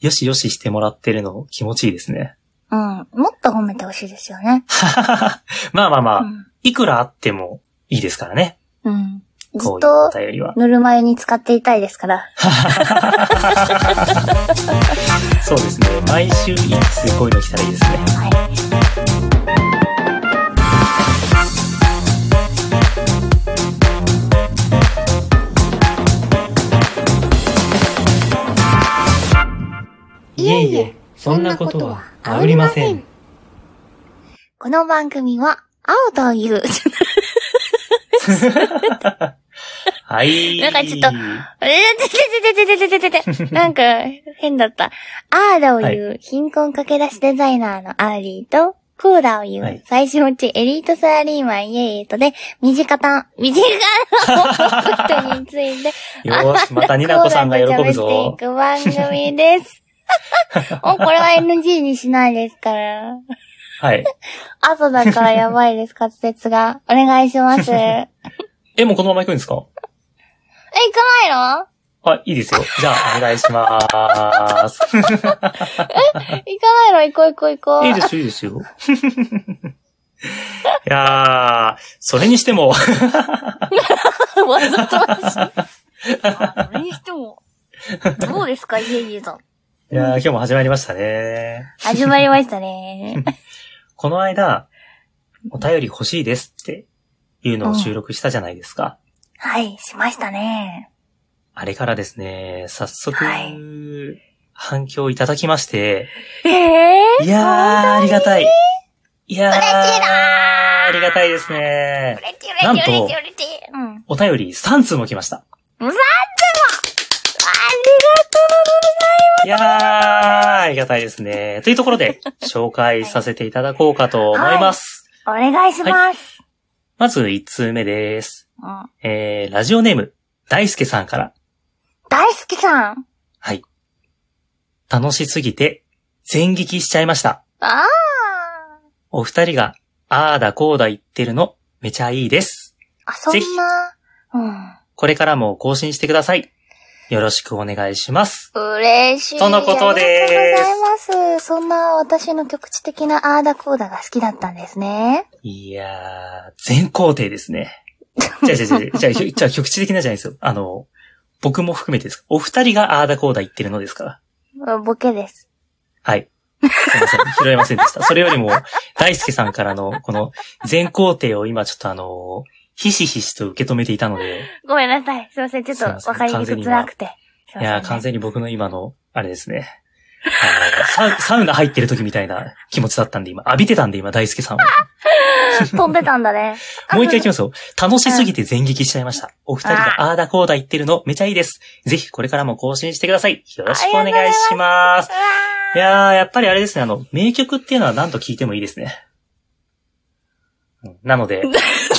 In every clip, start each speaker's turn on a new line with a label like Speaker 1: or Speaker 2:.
Speaker 1: よしよししてもらってるの気持ちいいですね。
Speaker 2: うん。もっと褒めてほしいですよね。
Speaker 1: まあまあま
Speaker 2: う
Speaker 1: あ、いくらあってもいいですからね。
Speaker 2: ん。うん。ず
Speaker 1: こ
Speaker 2: っ
Speaker 1: ういうお
Speaker 2: と、
Speaker 1: 便りは。
Speaker 2: ぬるま湯に使っていたいですから。
Speaker 1: そうですね。毎週一通こういうの来たらいいですね。
Speaker 2: はい。
Speaker 3: いえいえ、そんなことはありません。。
Speaker 2: この番組は、青という、
Speaker 1: はい。
Speaker 2: なんかちょっとえててててててて てて。なんか、変だった。アーダを言う、貧困駆け出しデザイナーのアーリーと、コーダを言
Speaker 1: は
Speaker 2: う
Speaker 1: い、
Speaker 2: 最初落ちエリートサラリーマンイエイエイとで、短短、短短のことについて、
Speaker 1: よし、また ニナコさんが喜ぶぞ
Speaker 2: コ。ーダと喋っていく番 組です。お、これは NG にしないですから。
Speaker 1: はい。
Speaker 2: 朝だからやばいです、滑舌が。お願いし ます。え、
Speaker 1: え、もうこのまま行くんですか
Speaker 2: 行かないの
Speaker 1: あ、いいですよ。じゃ あ、お願いしまーす。
Speaker 2: 行かないの行こう行こう行こう。
Speaker 1: いいですよ、いいですよ。 いやー、それにしても、
Speaker 2: わざとらしい。あそれにしても、どうですか、いえいえさん。
Speaker 1: いやー、今日も始まりましたね。
Speaker 2: 始まりましたね。
Speaker 1: この間、お便り欲しいですっていうのを収録したじゃないですか。
Speaker 2: はい、しましたね。
Speaker 1: あれからですね、早速、
Speaker 2: はい
Speaker 1: 反響いただきまして、
Speaker 2: ええ
Speaker 1: いやー、ありがたい。いやー、
Speaker 2: 嬉しいなー
Speaker 1: ありがたいですね。
Speaker 2: 嬉しい
Speaker 1: なん
Speaker 2: 嬉しい
Speaker 1: と
Speaker 2: 嬉しい嬉しい。うん。
Speaker 1: お便り3通も来ました。いやー、ありがたいですね。というところで、紹介させていただこうかと思います。
Speaker 2: お願いします。
Speaker 1: まず1通目です。
Speaker 2: うん。
Speaker 1: えー、ラジオネーム、大輔さんから。
Speaker 2: 大好きさん。
Speaker 1: はい。楽しすぎて、前撃しちゃいました。
Speaker 2: ああ。
Speaker 1: お二人が、あーだこうだ言ってるの、めちゃいいです。
Speaker 2: あ、そん
Speaker 1: ぜひ
Speaker 2: な。う
Speaker 1: これからも更新してください。よろしくお願いします。
Speaker 2: ん。嬉しい。
Speaker 1: とのことです
Speaker 2: ありがとうございます。そんな私の局地的なあーだこーだが好きだったんですね。
Speaker 1: いやー、全肯定ですね。じゃあ、じゃあ、じゃあ、じゃあひょ、じゃあ、局地的なじゃないですよ。あの、僕も含めてです。お二人があーだこうだ言ってるのですから。
Speaker 2: ボケです。
Speaker 1: はい。すいません。拾えませんでした。それよりも、大輔さんからの、この、全肯定を今ちょっとあの、ひしひしと受け止めていたので、
Speaker 2: ごめんなさい。すいません。ちょっと
Speaker 1: すいません
Speaker 2: わかりにくく辛くて。
Speaker 1: いやー、
Speaker 2: すませんね
Speaker 1: 完全に僕の今の、あれですね。あのサウサウナ入ってる時みたいな気持ちだったんで、今、浴びてたんで、今、大輔さんを。
Speaker 2: 飛んでたんだね。
Speaker 1: もう一回行き
Speaker 2: ま
Speaker 1: ますよ。楽しすぎて全撃しちゃいました。お二人があーだこうだ言ってるの、めちゃいいです。ぜひ、これからも更新してください。よろしくお願いします。いやー、やっぱりあれですね、あの、名曲っていうのは何度聴いてもいいですね。うんなので、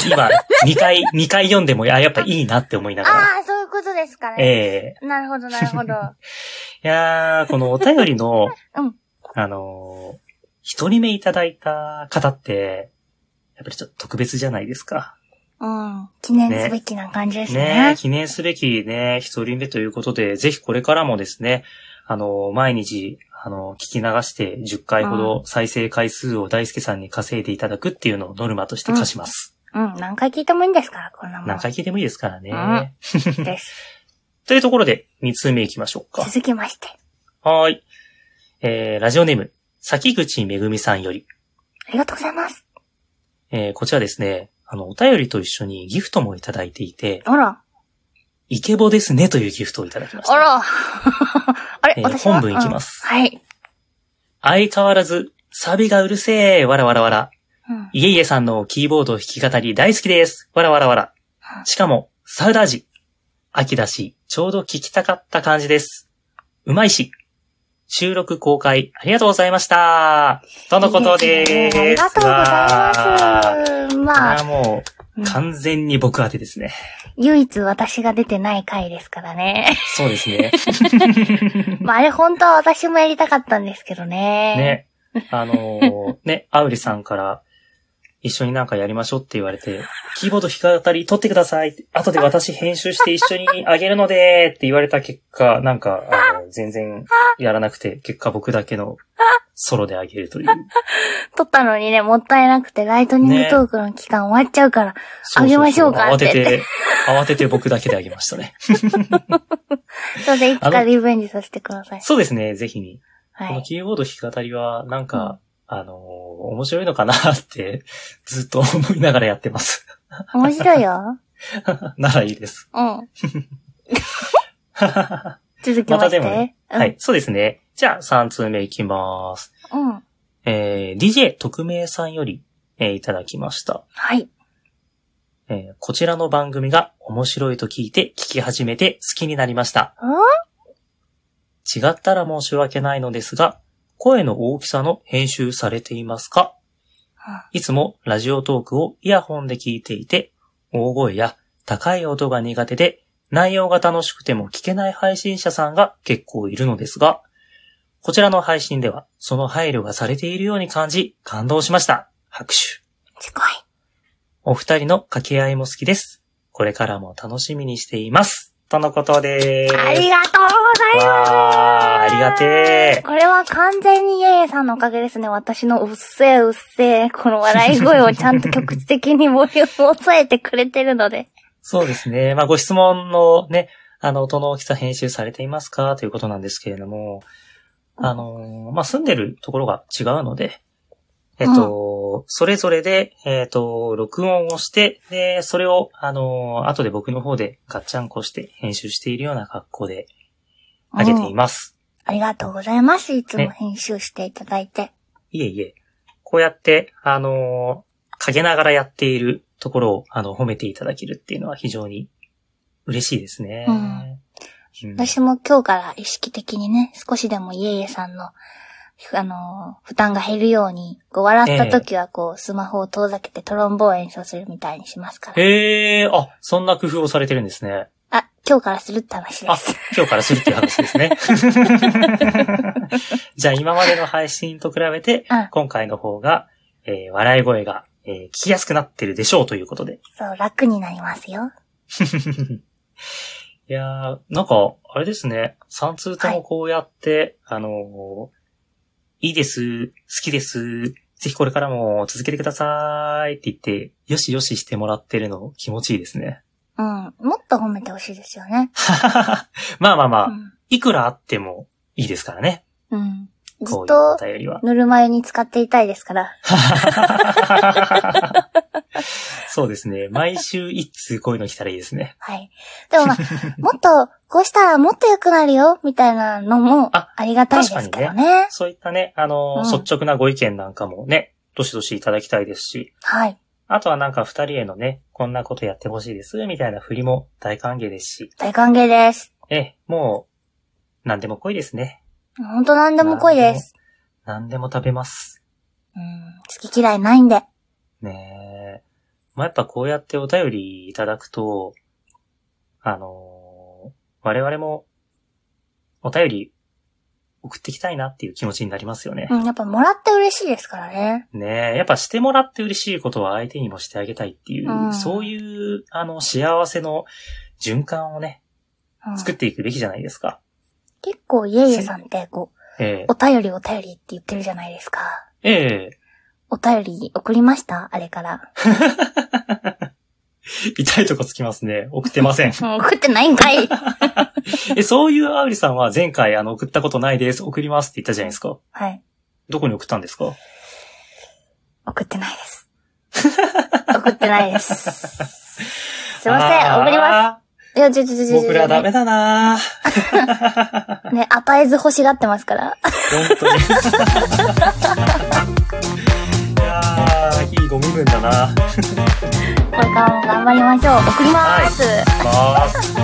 Speaker 1: 今、2回、2回 読んでも、あ、やっぱいいなって思いながら。
Speaker 2: ああ、そういうことですかね。
Speaker 1: ええ
Speaker 2: なるほど、なる ほど。、
Speaker 1: いやー、このお便りの
Speaker 2: うん
Speaker 1: あのー一人目いただいた方って、やっぱりちょっと特別じゃないですか。
Speaker 2: うん。記念すべきな感じです
Speaker 1: ね
Speaker 2: ね
Speaker 1: え。記念すべきね、一人目ということで、ぜひこれからもですね、あのー毎日、あのー聞き流して10回ほど再生回数を大輔さんに稼いでいただくっていうのをノルマとして課します。
Speaker 2: うん。何回聞いてもいいんですから、こんなもん。
Speaker 1: 何回聞いてもいいですからね。
Speaker 2: うんです。
Speaker 1: というところで、二通目行きましょうか。
Speaker 2: 続きまして。
Speaker 1: はーい。えー、ラジオネーム、先口めぐみさんより。
Speaker 2: ありがとうございます。
Speaker 1: えーこちらですね、あの、お便りと一緒にギフトもいただいていて、
Speaker 2: あら。
Speaker 1: イケボですねというギフトをいただきました。
Speaker 2: あら。 あ
Speaker 1: え
Speaker 2: れ、
Speaker 1: ー
Speaker 2: 私は。
Speaker 1: 本文いきますす。
Speaker 2: はい。
Speaker 1: 相変わらず、サビがうるせえ、わらわらわら。
Speaker 2: うん。
Speaker 1: いえいえさんのキーボード弾き語り大好きです。わらわらわら。しかも、サウダージ。秋だし、ちょうど聞きたかった感じです。うまいし。収録公開、ありがとうございました。とのことでーす。
Speaker 2: いいですねありがとう
Speaker 1: わ
Speaker 2: ございます。
Speaker 1: ーこれ
Speaker 2: ま
Speaker 1: は
Speaker 2: あ、
Speaker 1: も
Speaker 2: う
Speaker 1: う、
Speaker 2: ん
Speaker 1: 完全に僕当てですね。
Speaker 2: 唯一私が出てない回ですからね。
Speaker 1: そうですね。
Speaker 2: まあ、あれ本当は私もやりたかったんですけどね。
Speaker 1: ね。あのーね、アウリさんから、一緒になんかやりましょうって言われて、キーボード弾き語り撮ってください。後で私編集して一緒にあげるので、って言われた結果、なんか、あの、全然やらなくて、結果僕だけのソロであげるという。
Speaker 2: 撮ったのにね、もったいなくて、ライトニングトークの期間終わっちゃうから、あげましょう
Speaker 1: そ
Speaker 2: かっ
Speaker 1: そ
Speaker 2: て
Speaker 1: そ
Speaker 2: 言
Speaker 1: 慌て
Speaker 2: って。
Speaker 1: て、慌てて僕だけであげました ね。
Speaker 2: そうで、いつ
Speaker 1: あ
Speaker 2: か
Speaker 1: の
Speaker 2: リベンジさせてください。
Speaker 1: そうですね、ぜひに。
Speaker 2: は
Speaker 1: この
Speaker 2: い。
Speaker 1: キーボード弾き語りは、なんか、あのー面白いのかなって、ずっと思いながらやってます。
Speaker 2: 面白いよ。
Speaker 1: ならいいです。
Speaker 2: うん。
Speaker 1: は
Speaker 2: 続きま
Speaker 1: また
Speaker 2: し
Speaker 1: で
Speaker 2: て。
Speaker 1: もね
Speaker 2: うん
Speaker 1: い、。そうですね。じゃあ、3通目いきます。
Speaker 2: うん。
Speaker 1: えー、DJ 特命さんより、えーいただきました。
Speaker 2: はい。
Speaker 1: えーこちらの番組が面白いと聞いて聞き始めて好きになりました。違ったら申し訳ないのですが、声の大きさの編集されていますかいつもラジオトークをイヤホンで聞いていて、大声や高い音が苦手で、内容が楽しくても聞けない配信者さんが結構いるのですが、こちらの配信ではその配慮がされているように感じ、感動しました。拍手。
Speaker 2: すごい。
Speaker 1: お二人の掛け合いも好きです。これからも楽しみにしています。とのことです。
Speaker 2: ありがとうございます。
Speaker 1: わー、ありがて
Speaker 2: これは完全にイエイさんのおかげですね。私のうっせえうっせえ、この笑い声をちゃんと局地的にボリュームを抑えてくれてるので。
Speaker 1: ー。そうですね。まあ、ご質問のね、あの、音の大きさ編集されていますかということなんですけれども、あのーまあ、住んでるところが違うので、えっと、それぞれで、えっと、録音をして、で、それを、あのー後で僕の方でガッチャンコして編集しているような格好で上げてい
Speaker 2: うん
Speaker 1: ます。
Speaker 2: ありがとうございます。いつも
Speaker 1: ね
Speaker 2: 編集していただいて。
Speaker 1: いえいえ、こうやって、あのー陰ながらやっているところを、あの、褒めていただけるっていうのは非常に嬉しいですね。
Speaker 2: うん
Speaker 1: うん
Speaker 2: 私も今日から意識的にね、少しでもイエイエさんの、あのー負担が減るように、こう笑った時はこう、スマホを遠ざけてトロンボーン演奏するみたいにしますから。
Speaker 1: へえ、あ、そんな工夫をされてるんですね。
Speaker 2: あ、今日からするって話で
Speaker 1: あ
Speaker 2: す。、
Speaker 1: 今日からするっていう話です ね。じゃあ今までの配信と比べて、
Speaker 2: うん
Speaker 1: 今回の方が、えー笑い声が、えー聞きやすくなってるでしょうということで。
Speaker 2: そう、楽になりますよ。
Speaker 1: いやー、なんか、あれですね。3通ともこうやって、あのーいいです、好きです、ぜひこれからも続けてくださいって言って、よしよししてもらってるの気持ちいいですね。
Speaker 2: うん。もっと褒めてほしいですよね。
Speaker 1: まあまあま
Speaker 2: う
Speaker 1: あ、
Speaker 2: ん。
Speaker 1: いくらあってもいいですからね。
Speaker 2: うん。ず
Speaker 1: こ
Speaker 2: っ
Speaker 1: ういうお
Speaker 2: と、
Speaker 1: 便りは。
Speaker 2: ぬるま湯に使っていたいですから。
Speaker 1: そうですね。毎週一通こういうの来たらいいですね。
Speaker 2: はい。でも まあ、もっと、こうしたらもっと良くなるよ、みたいなのも、
Speaker 1: あ
Speaker 2: ありがたいですけどね。
Speaker 1: そういったね、あのー
Speaker 2: うん
Speaker 1: 率直なご意見なんかもね、どしどしいただきたいですし、
Speaker 2: はい。
Speaker 1: あとはなんか二人へのね、こんなことやってほしいです、みたいな振りも大歓迎ですし、
Speaker 2: 大歓迎です。
Speaker 1: ええ、もう、何でも濃いですね。
Speaker 2: ほんと何でも濃いです。
Speaker 1: 何でも食べます。
Speaker 2: うん。好き嫌いないんで。
Speaker 1: ねえ。まあ、やっぱこうやってお便りいただくと、あのー我々も、お便り送っていきたいなっていう気持ちになりますよね
Speaker 2: う。ん。やっぱもらって嬉しいですからね。
Speaker 1: ねえ、やっぱしてもらって嬉しいことは相手にもしてあげたいっていう、
Speaker 2: うん
Speaker 1: そういう、あの、幸せの循環をね、
Speaker 2: うん、
Speaker 1: 作っていくべきじゃないですか。
Speaker 2: 結構、イエイエさんって、こう、
Speaker 1: え
Speaker 2: お便りお便りって言ってるじゃないですか。
Speaker 1: え、え
Speaker 2: お便り送りましたあれ から。
Speaker 1: え、痛いとこつきますね。送ってま せん。
Speaker 2: うん、送ってないんか い。
Speaker 1: え、そういうアウリさんは前回あの送ったことないです。送りますって言ったじゃないですか。
Speaker 2: はい。
Speaker 1: どこに送ったんですか
Speaker 2: 送ってないです。送ってないです。すいません、
Speaker 1: あー
Speaker 2: 送ります。いや、ちょちょちょちょ。
Speaker 1: 僕らダメだな
Speaker 2: ね。ね、与えず欲しがってますから。
Speaker 1: 本当に。いやー、いいご身分だな
Speaker 2: これからも頑張りましょう。送りまーす。
Speaker 1: まあ